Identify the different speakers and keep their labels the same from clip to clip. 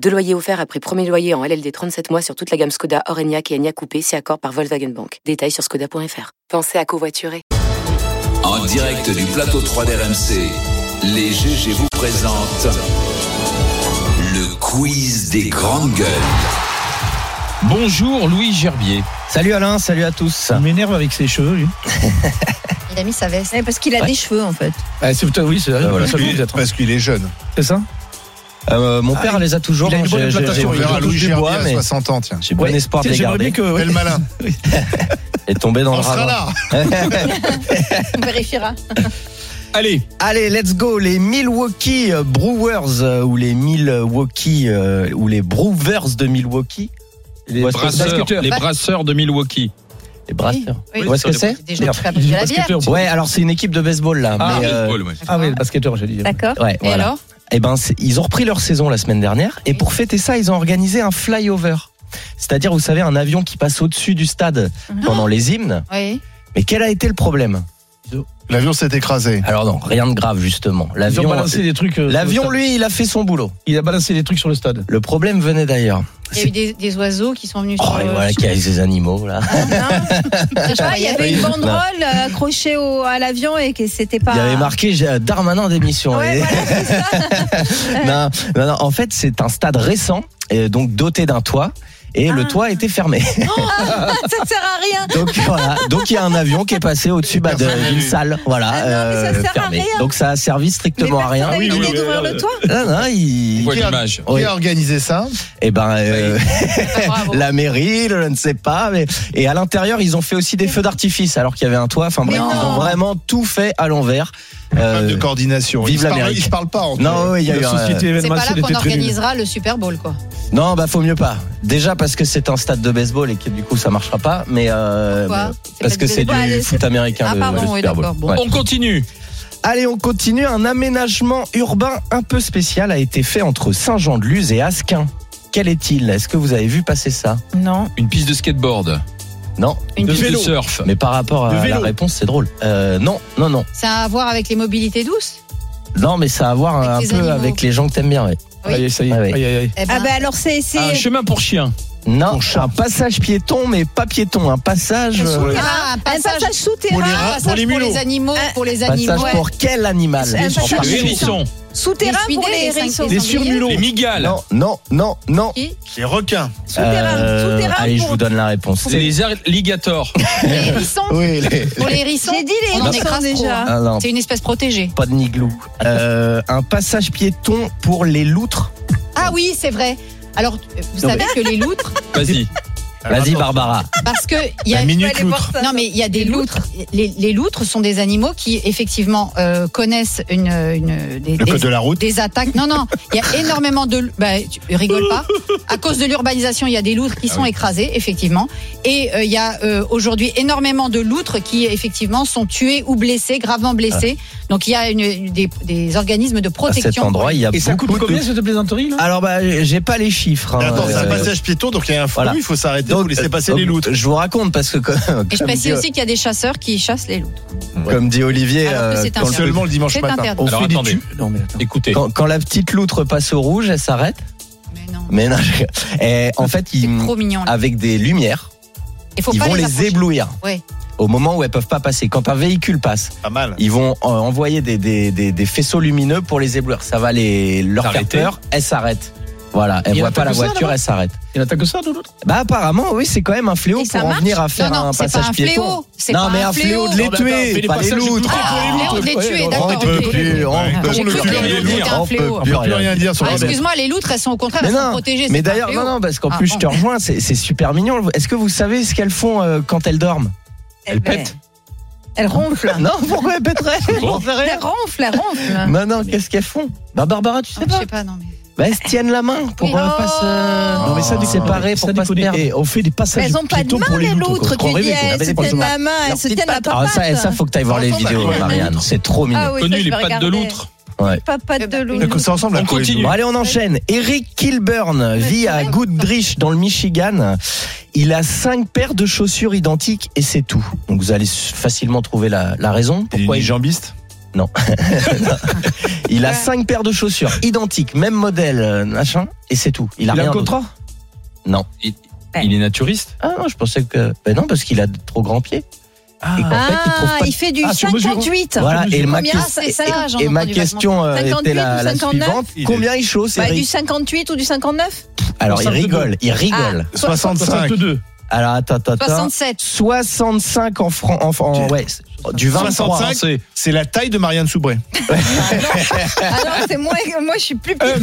Speaker 1: Deux loyers offerts après premier loyer en LLD 37 mois sur toute la gamme Skoda, Orenia et Enya Coupé, si accord par Volkswagen Bank. Détails sur skoda.fr. Pensez à covoiturer.
Speaker 2: En direct du plateau 3 d'RMC, les GG vous présentent le quiz des grandes gueules.
Speaker 3: Bonjour Louis Gerbier.
Speaker 4: Salut Alain, salut à tous.
Speaker 5: Il m'énerve avec ses cheveux, lui.
Speaker 6: Il a mis sa veste.
Speaker 7: Ouais, parce qu'il a
Speaker 3: Ouais.
Speaker 7: des cheveux en fait.
Speaker 5: Ah, c'est oui, c'est vrai.
Speaker 4: voilà.
Speaker 5: ça vous êtes, hein.
Speaker 8: Parce qu'il est jeune.
Speaker 5: C'est ça
Speaker 4: Euh, mon père les a toujours.
Speaker 5: il a une
Speaker 4: hein,
Speaker 5: bonne
Speaker 4: j'ai- j'ai-
Speaker 5: implantation,
Speaker 4: j'ai-
Speaker 8: On
Speaker 5: il
Speaker 4: j'ai-
Speaker 5: verra
Speaker 8: verra
Speaker 4: j'ai-
Speaker 8: Louis
Speaker 4: j'ai-
Speaker 8: Gerbier
Speaker 4: bois,
Speaker 8: à
Speaker 4: mais
Speaker 8: 60 ans, tiens.
Speaker 4: J'ai bon
Speaker 5: Ouais.
Speaker 4: espoir de
Speaker 5: Tiens,
Speaker 4: les
Speaker 5: J'aimerais bien
Speaker 4: garder
Speaker 5: que. ouais.
Speaker 8: Quel malin.
Speaker 4: et de tomber dans
Speaker 8: On
Speaker 4: le
Speaker 8: sera
Speaker 4: ravin.
Speaker 8: là.
Speaker 7: On vérifiera.
Speaker 3: Allez,
Speaker 4: Allez, let's go les Milwaukee Brewers euh, ou les Milwaukee euh, ou les Brewers de Milwaukee. Les
Speaker 3: brasseurs,
Speaker 5: basketteurs.
Speaker 3: les
Speaker 7: Bas-
Speaker 3: brasseurs de Milwaukee.
Speaker 4: Les brasseurs.
Speaker 7: Oui,
Speaker 4: Tu vois ce que c'est
Speaker 7: Des gens qui fabriquent de la bière.
Speaker 5: Basketteur.
Speaker 4: Ouais, alors c'est une équipe de baseball là.
Speaker 3: Ah,
Speaker 4: mais, euh,
Speaker 3: baseball, ouais.
Speaker 5: Ah oui, le basketteur, j'ai dit.
Speaker 7: D'accord.
Speaker 4: ouais,
Speaker 7: Et
Speaker 4: voilà.
Speaker 7: alors
Speaker 4: Eh ben, c'est- ils ont repris leur saison la semaine dernière et pour fêter ça, ils ont organisé un flyover. C'est-à-dire, vous savez, un avion qui passe au-dessus du stade
Speaker 7: Mhm.
Speaker 4: pendant les hymnes.
Speaker 7: Oui.
Speaker 4: Mais quel a été le problème
Speaker 8: L'avion s'est écrasé.
Speaker 4: Alors non, rien de grave justement.
Speaker 5: Ils ont
Speaker 4: L'avion,
Speaker 5: balancé des trucs. euh, sur
Speaker 4: l'avion,
Speaker 5: le stade.
Speaker 4: lui, il a fait son boulot.
Speaker 5: Il a balancé des trucs sur le stade.
Speaker 4: Le problème venait d'ailleurs.
Speaker 7: Il y a eu des, des oiseaux qui sont venus
Speaker 4: Oh,
Speaker 7: sur
Speaker 4: et
Speaker 7: le-
Speaker 4: voilà,
Speaker 7: sur-
Speaker 4: qui a ces animaux là.
Speaker 7: Je sais pas, il y avait une
Speaker 4: Non.
Speaker 7: banderole euh, accrochée au- à l'avion et que c'était pas.
Speaker 4: Il y avait marqué j'ai- Darmanin d'émission.
Speaker 7: Ouais,
Speaker 4: Et-
Speaker 7: voilà, c'est ça.
Speaker 4: non, non, non, en fait, c'est un stade récent, et donc doté d'un toit. Et le
Speaker 7: Ah.
Speaker 4: toit était fermé.
Speaker 7: ça sert à rien.
Speaker 4: Donc voilà. Donc il y a un avion qui est passé au-dessus bah, de-
Speaker 8: Personne n'a
Speaker 4: d'une
Speaker 8: vu.
Speaker 4: salle. Voilà. euh,
Speaker 7: Ah non, mais ça sert à
Speaker 4: fermée.
Speaker 7: rien.
Speaker 4: Donc ça a servi
Speaker 7: Mais
Speaker 4: strictement à
Speaker 7: personne
Speaker 4: rien.
Speaker 7: n'avait
Speaker 5: Oui,
Speaker 7: l'idée
Speaker 5: oui,
Speaker 7: d'ouvrir
Speaker 5: oui,
Speaker 7: le
Speaker 5: oui.
Speaker 7: toit.
Speaker 4: Non, non, il-
Speaker 3: On voit
Speaker 8: Qui a-
Speaker 3: l'image.
Speaker 8: Qui
Speaker 4: Oui.
Speaker 8: a organisé ça
Speaker 4: Eh ben, euh,
Speaker 7: Ah, bravo.
Speaker 4: la mairie, le- je ne sais pas. Mais... Et à l'intérieur, ils ont fait aussi des feux d'artifice alors qu'il y avait un toit. Enfin
Speaker 7: Mais
Speaker 4: bref, ils
Speaker 7: non.
Speaker 4: ont vraiment tout fait à l'envers.
Speaker 8: Pas de
Speaker 4: Euh,
Speaker 8: coordination.
Speaker 4: vive
Speaker 8: ils, se parlent,
Speaker 4: l'Amérique.
Speaker 8: ils se parlent pas entre
Speaker 4: non,
Speaker 8: eux.
Speaker 4: ouais, il y a eu
Speaker 5: La
Speaker 4: un-
Speaker 5: société
Speaker 6: C'est pas là
Speaker 5: événementielle
Speaker 6: qu'on
Speaker 5: était très nulle.
Speaker 6: organisera le Super Bowl, quoi.
Speaker 4: Non, bah faut mieux pas. Déjà parce que c'est un stade de baseball et que du coup ça marchera pas, mais euh,
Speaker 6: Pourquoi C'est
Speaker 4: parce
Speaker 6: pas
Speaker 4: que
Speaker 6: du
Speaker 4: c'est du
Speaker 6: baseball. Ah, le-
Speaker 4: foot américain.
Speaker 6: Ah,
Speaker 4: le-
Speaker 6: pardon,
Speaker 4: le
Speaker 6: oui,
Speaker 4: Super Bowl.
Speaker 6: d'accord, bon.
Speaker 4: Ouais.
Speaker 3: On continue.
Speaker 4: Allez, on continue. Un aménagement urbain un peu spécial a été fait entre Saint-Jean-de-Luz et Asquin. Quel est-il Est-ce que vous avez vu passer ça
Speaker 7: Non.
Speaker 3: Une piste de skateboard,
Speaker 4: Non.
Speaker 3: une
Speaker 5: De
Speaker 3: piste
Speaker 5: vélo.
Speaker 3: de surf.
Speaker 4: Mais par rapport
Speaker 5: Le
Speaker 4: à la
Speaker 5: vélo.
Speaker 4: réponse, c'est drôle. Euh, non, non, non,
Speaker 6: Ça a à voir avec les mobilités douces
Speaker 4: non, mais ça a à voir un,
Speaker 6: Avec les
Speaker 4: peu
Speaker 6: animaux.
Speaker 4: avec les gens que t'aimes bien. ouais.
Speaker 6: Oui.
Speaker 5: Aïe, ça y est.
Speaker 4: Ah oui.
Speaker 5: Aïe, aïe, aïe.
Speaker 6: Eh ben,
Speaker 7: Ah bah alors c'est c'est
Speaker 3: Un chemin pour chien.
Speaker 4: Non, un passage piéton, mais pas piéton, un passage. euh,
Speaker 6: Ah, un
Speaker 7: un
Speaker 6: passage,
Speaker 7: passage
Speaker 6: un
Speaker 7: souterrain, Ah.
Speaker 6: passage pour, les animaux,
Speaker 7: Un-
Speaker 6: pour les animaux.
Speaker 4: euh, Passage
Speaker 7: ouais.
Speaker 4: pour quel animal
Speaker 7: Un
Speaker 4: Enfin,
Speaker 3: Le
Speaker 7: passage-
Speaker 3: hérisson,
Speaker 7: souterrain
Speaker 6: Les
Speaker 7: pour les
Speaker 6: suidés, les
Speaker 7: hérissons.
Speaker 6: cinq pieds.
Speaker 5: surmulots.
Speaker 3: les migales,
Speaker 4: Non, non, non, non.
Speaker 8: Les requins.
Speaker 7: Souterrain,
Speaker 4: Euh,
Speaker 7: souterrain
Speaker 4: allez, je
Speaker 7: pour-
Speaker 4: vous donne la réponse.
Speaker 3: les alligators.
Speaker 6: Les hérissons
Speaker 8: Oui, les-
Speaker 6: Pour les hérissons
Speaker 7: J'ai dit les
Speaker 6: On en
Speaker 7: hérissons
Speaker 6: écrase trop,
Speaker 7: déjà.
Speaker 6: hein.
Speaker 4: Ah non,
Speaker 6: C'est une espèce protégée.
Speaker 4: pas de niglou. Euh, un passage piéton pour les loutres.
Speaker 6: Ah oui, c'est vrai. Alors, euh, vous savez que les loutres,
Speaker 3: Vas-y.
Speaker 4: Vas-y, Barbara.
Speaker 6: parce que il y a
Speaker 8: La minute
Speaker 7: aller voir
Speaker 8: loutre.
Speaker 7: ça.
Speaker 6: Non, mais il y a des
Speaker 7: Les
Speaker 6: loutres. Les, les loutres sont des animaux qui, effectivement, euh, connaissent une, une- des,
Speaker 8: Le
Speaker 6: des-
Speaker 8: code de la route.
Speaker 6: des attaques. Non, non, il y a énormément de. Bah, tu rigoles pas. À cause de l'urbanisation, il y a des loutres qui
Speaker 3: Ah
Speaker 6: sont
Speaker 3: oui.
Speaker 6: écrasées, effectivement. Et euh, il y a euh, aujourd'hui énormément de loutres qui, effectivement, sont tuées ou blessées, gravement blessées. Donc il y a une, des, des organismes de
Speaker 4: À cet
Speaker 6: protection.
Speaker 4: endroit, il y a
Speaker 5: Et ça coûte
Speaker 4: beaucoup
Speaker 5: combien
Speaker 4: de...
Speaker 5: cette plaisanterie là
Speaker 4: Alors, bah, j'ai pas les chiffres. hein.
Speaker 8: Attends, c'est un
Speaker 4: Euh,
Speaker 8: passage piéton, donc il y a un fou,
Speaker 4: voilà.
Speaker 8: il faut s'arrêter
Speaker 4: donc,
Speaker 8: vous laisser passer
Speaker 4: euh,
Speaker 8: les loutres.
Speaker 4: Je vous raconte parce que, comme,
Speaker 6: Et je
Speaker 4: comme dit,
Speaker 6: précise aussi qu'il y a des chasseurs qui chassent les loutres.
Speaker 4: comme dit Olivier,
Speaker 6: Alors que
Speaker 4: euh,
Speaker 6: c'est
Speaker 4: quand,
Speaker 6: interdit.
Speaker 4: le-
Speaker 8: Seulement le dimanche
Speaker 6: C'est
Speaker 8: matin.
Speaker 6: interdit.
Speaker 3: Alors
Speaker 5: fait des
Speaker 3: attendez,
Speaker 5: tu- Non, mais attends.
Speaker 3: écoutez.
Speaker 4: euh, quand- quand la petite loutre passe au rouge, elle s'arrête.
Speaker 6: Mais non.
Speaker 4: Mais non, je- et en fait,
Speaker 6: C'est
Speaker 4: ils-
Speaker 6: trop mignon. là.
Speaker 4: avec des lumières,
Speaker 6: Il faut
Speaker 4: ils
Speaker 6: pas
Speaker 4: vont
Speaker 6: les,
Speaker 4: les
Speaker 6: approcher.
Speaker 4: éblouir.
Speaker 6: Ouais.
Speaker 4: Au moment où elles peuvent pas passer. Quand un véhicule passe,
Speaker 8: Pas mal.
Speaker 4: Ils vont euh, envoyer des, des, des, des faisceaux lumineux pour les éblouir. Ça va les, leur faire
Speaker 3: S'arrêter.
Speaker 4: peur. Elles s'arrêtent. Voilà,
Speaker 5: Il
Speaker 4: elles
Speaker 5: y en a
Speaker 4: voient pas
Speaker 5: pas
Speaker 4: la
Speaker 5: que ça,
Speaker 4: voiture,
Speaker 5: là-bas
Speaker 4: elles s'arrêtent.
Speaker 5: Il n'y en a pas que ça de l'autre.
Speaker 4: Bah apparemment, oui, c'est quand même un fléau
Speaker 6: Et ça
Speaker 4: pour en
Speaker 6: marche
Speaker 4: venir à faire
Speaker 6: Non, non,
Speaker 4: un
Speaker 6: c'est pas
Speaker 4: passage
Speaker 6: un
Speaker 4: piéton.
Speaker 6: fléau, c'est
Speaker 4: non,
Speaker 6: pas
Speaker 4: mais
Speaker 6: un
Speaker 4: un fléau,
Speaker 6: fléau.
Speaker 5: Non,
Speaker 4: de les
Speaker 5: mais attends,
Speaker 4: tuer,
Speaker 5: fais les
Speaker 4: pas les
Speaker 5: passages
Speaker 4: loutres.
Speaker 5: loutres.
Speaker 6: Ah,
Speaker 5: Pour les
Speaker 6: les
Speaker 5: loutres,
Speaker 6: tuer,
Speaker 5: ouais,
Speaker 6: d'accord.
Speaker 8: On
Speaker 6: Attends,
Speaker 8: peut
Speaker 6: ok.
Speaker 8: plus, on
Speaker 4: Ouais.
Speaker 8: peut
Speaker 6: J'ai
Speaker 8: plus
Speaker 6: cru que
Speaker 8: rien
Speaker 6: les
Speaker 8: dire.
Speaker 6: loutres étaient un
Speaker 4: On peut
Speaker 6: fléau.
Speaker 8: On peut plus rien dire sur
Speaker 6: Ah,
Speaker 8: le
Speaker 6: excuse-moi, les loutres, elles sont au contraire,
Speaker 4: Mais
Speaker 6: elles
Speaker 4: non,
Speaker 6: sont protégées.
Speaker 4: Mais
Speaker 6: c'est pas un
Speaker 4: d'ailleurs,
Speaker 6: fléau.
Speaker 4: non, non, parce qu'en
Speaker 6: Ah,
Speaker 4: plus,
Speaker 6: bon.
Speaker 4: je te rejoins, c'est c'est super mignon. Est-ce que vous savez ce qu'elles font euh, quand elles dorment
Speaker 3: Elle
Speaker 7: ben,
Speaker 3: pète.
Speaker 7: Elle ronfle.
Speaker 4: Non, pourquoi elles pèteraient
Speaker 3: Bon.
Speaker 4: J'en sais rien.
Speaker 7: Elle ronfle, elle ronfle.
Speaker 4: Non, non, qu'est-ce qu'elles font Bah Barbara, tu sais
Speaker 6: Je
Speaker 4: pas
Speaker 6: sais pas, non, mais.
Speaker 4: Bah, elles se tiennent la main pour
Speaker 7: Oui.
Speaker 4: euh, pas se
Speaker 7: Non,
Speaker 5: mais ça, déconne.
Speaker 4: séparer,
Speaker 5: Ça
Speaker 4: pour pas se
Speaker 5: déconne.
Speaker 4: perdre.
Speaker 5: Et on fait des passages
Speaker 7: Elles ont pas de
Speaker 5: clito
Speaker 7: main
Speaker 5: pour les
Speaker 7: l'une
Speaker 5: loutres, quoi.
Speaker 7: l'autre, tu
Speaker 5: Trop
Speaker 7: dis,
Speaker 5: rêvé, quoi.
Speaker 7: elles
Speaker 4: Ah,
Speaker 7: se
Speaker 4: mais
Speaker 7: tiennent
Speaker 4: des
Speaker 7: la main, elles
Speaker 4: Leurs
Speaker 7: se
Speaker 4: petites
Speaker 7: tiennent la
Speaker 4: pattes. Ah,
Speaker 7: papate.
Speaker 4: ça, ça, faut que t'ailles voir les
Speaker 8: Ensemble,
Speaker 4: vidéos,
Speaker 8: ouais.
Speaker 4: Marianne. C'est trop mignon.
Speaker 7: Ah oui, ça,
Speaker 3: Connu les
Speaker 7: je vais
Speaker 3: pattes de
Speaker 7: regarder.
Speaker 3: loutre.
Speaker 7: Pas pattes de loutre.
Speaker 8: Mais comme ça ensemble,
Speaker 3: On
Speaker 8: la Corée du
Speaker 3: continue.
Speaker 8: Nord.
Speaker 4: Bon, allez, on enchaîne. Eric Kilburn vit à Goodrich dans le Michigan. Il a cinq paires de chaussures identiques et c'est tout. Donc vous allez facilement trouver la, la raison. Pourquoi il,
Speaker 5: jambiste
Speaker 4: il a cinq paires de chaussures identiques, même modèle, euh, machin, et c'est tout. Il a
Speaker 5: Il a
Speaker 4: rien
Speaker 5: un
Speaker 4: d'autre.
Speaker 5: contrat
Speaker 3: Il est naturiste.
Speaker 4: Ah non, je pensais que. Ben non, parce qu'il a de trop grands pieds. Et qu'en fait, il trouve
Speaker 6: Ah,
Speaker 4: pas de-
Speaker 6: il fait du
Speaker 5: Ah, sur mesure.
Speaker 6: 58.
Speaker 4: Voilà, et ma,
Speaker 6: Combien
Speaker 4: question-
Speaker 6: C'est ça,
Speaker 4: et-
Speaker 6: j'en ai
Speaker 4: et ma
Speaker 6: entendu
Speaker 4: question euh,
Speaker 7: 58
Speaker 4: était la,
Speaker 7: ou
Speaker 4: la
Speaker 7: 59?
Speaker 4: suivante. Combien il chausse,
Speaker 7: Bah, du
Speaker 4: Eric
Speaker 7: 58 ou du 59
Speaker 4: Alors, il
Speaker 5: 62.
Speaker 4: rigole, il rigole.
Speaker 8: 65.
Speaker 5: 62.
Speaker 6: Ah.
Speaker 4: Alors, attends, attends, attends.
Speaker 6: 67.
Speaker 4: 65 en francs. En, en- ouais, du 23.
Speaker 8: 65, c'est la taille de Marianne Soubré.
Speaker 7: Ah non, c'est moi, moi je suis plus petite que ça.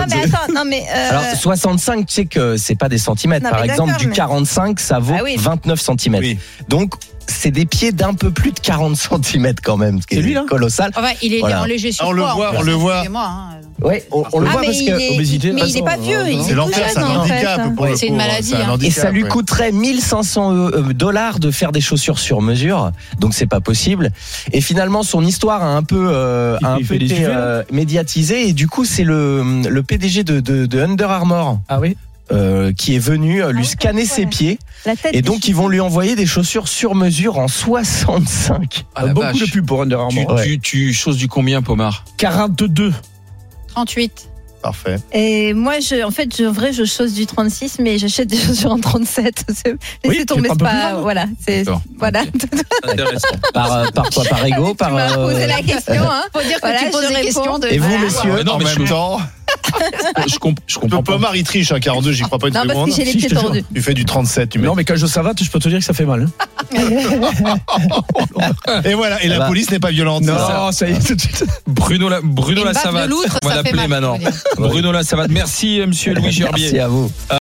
Speaker 7: Non mais attends, non mais euh,
Speaker 4: Alors 65, tu sais que c'est pas des centimètres.
Speaker 7: Non,
Speaker 4: Par
Speaker 7: mais
Speaker 4: exemple,
Speaker 7: d'accord,
Speaker 4: du
Speaker 7: mais-
Speaker 4: 45, ça vaut
Speaker 7: Ah oui.
Speaker 4: 29 centimètres.
Speaker 8: Oui.
Speaker 4: Donc c'est des pieds d'un peu plus de 40 centimètres quand même, ce qui
Speaker 5: C'est
Speaker 4: est
Speaker 5: lui, là
Speaker 4: colossal.
Speaker 6: Enfin, il est
Speaker 4: Voilà.
Speaker 6: en léger
Speaker 8: Ah,
Speaker 6: surpoids.
Speaker 8: on le voit,
Speaker 6: en plus,
Speaker 8: on le voit.
Speaker 6: excusez-moi, hein.
Speaker 4: Ouais, on, on le
Speaker 7: ah,
Speaker 4: voit
Speaker 7: mais
Speaker 4: parce
Speaker 7: il
Speaker 4: que
Speaker 7: est,
Speaker 5: obésité, de
Speaker 7: mais
Speaker 5: toute
Speaker 7: il est pas vieux,
Speaker 4: euh,
Speaker 7: il
Speaker 8: C'est
Speaker 7: est tout
Speaker 8: l'enfer,
Speaker 7: jeune
Speaker 8: c'est un
Speaker 7: en fait.
Speaker 8: handicap. pour
Speaker 6: Ouais,
Speaker 8: le
Speaker 6: c'est une
Speaker 8: pauvre,
Speaker 6: maladie,
Speaker 8: c'est un
Speaker 6: hein. Et
Speaker 4: et
Speaker 8: handicap,
Speaker 4: ça lui
Speaker 8: ouais.
Speaker 4: coûterait 1500 euh, euh, dollars de faire des chaussures sur mesure, donc c'est pas possible. Et finalement, son histoire a un peu, euh,
Speaker 5: Il
Speaker 4: a un
Speaker 5: fait- il
Speaker 4: peu
Speaker 5: fait des
Speaker 4: été
Speaker 5: juvelles,
Speaker 4: euh, médiatisée et du coup, c'est le, le PDG de, de, de Under Armour
Speaker 5: Ah oui
Speaker 4: euh, qui est venu euh, lui
Speaker 7: ouais,
Speaker 4: scanner
Speaker 7: ouais.
Speaker 4: ses pieds
Speaker 7: La tête des
Speaker 4: Et donc, ils vont lui envoyer des chaussures sur mesure en 65.
Speaker 3: Ah, la
Speaker 5: Beaucoup
Speaker 3: vache.
Speaker 5: de pubs pour Under
Speaker 3: Tu,
Speaker 5: Armour.
Speaker 4: Ouais.
Speaker 3: tu, tu choses du combien, Pomar
Speaker 5: 42.
Speaker 6: 38.
Speaker 8: Parfait.
Speaker 7: Et moi, je, en fait, je, en vrai, je chausse du 36, mais j'achète des chaussures en 37. C'est-
Speaker 5: Oui,
Speaker 7: Laissez tomber,
Speaker 5: c'est un peu
Speaker 7: c'est
Speaker 5: plus
Speaker 7: pas.
Speaker 5: grave.
Speaker 7: Voilà. c'est-
Speaker 3: D'accord.
Speaker 7: Voilà.
Speaker 3: Intéressant.
Speaker 4: Par, euh, par quoi Par ego
Speaker 7: tu
Speaker 4: par,
Speaker 7: m'as
Speaker 4: euh,
Speaker 7: posé la question, hein.
Speaker 6: Faut dire que
Speaker 7: Voilà,
Speaker 6: tu
Speaker 7: je
Speaker 6: poses des
Speaker 7: réponds.
Speaker 6: questions de.
Speaker 4: Et vous,
Speaker 7: Ah,
Speaker 6: Voilà.
Speaker 4: messieurs
Speaker 3: Ouais, non,
Speaker 8: en
Speaker 3: mais je-
Speaker 8: même temps,
Speaker 3: je, comp- je
Speaker 8: le
Speaker 3: comprends pas.
Speaker 8: Pomar il triche, hein, 42, j'y crois pas une
Speaker 7: Non, parce
Speaker 8: seconde.
Speaker 7: que j'ai les
Speaker 5: Si, je
Speaker 7: pieds
Speaker 5: te jure.
Speaker 7: tordus.
Speaker 8: Tu fais du 37, tu mets.
Speaker 5: Non, mais quand je savate, je peux te dire que ça fait mal. hein.
Speaker 8: Et voilà, et
Speaker 4: Ah
Speaker 8: la
Speaker 4: bah.
Speaker 8: police n'est pas violente. c'est ça.
Speaker 5: ça y est, tout de suite.
Speaker 3: Bruno la, Bruno
Speaker 6: Une
Speaker 3: la
Speaker 6: baffe de
Speaker 3: savate.
Speaker 6: loutre,
Speaker 3: On va
Speaker 6: ça fait
Speaker 3: l'appeler
Speaker 6: mal,
Speaker 3: maintenant.
Speaker 6: je veux dire.
Speaker 3: Bruno la savate. Merci, euh, monsieur Louis Gerbier.
Speaker 4: Merci à vous.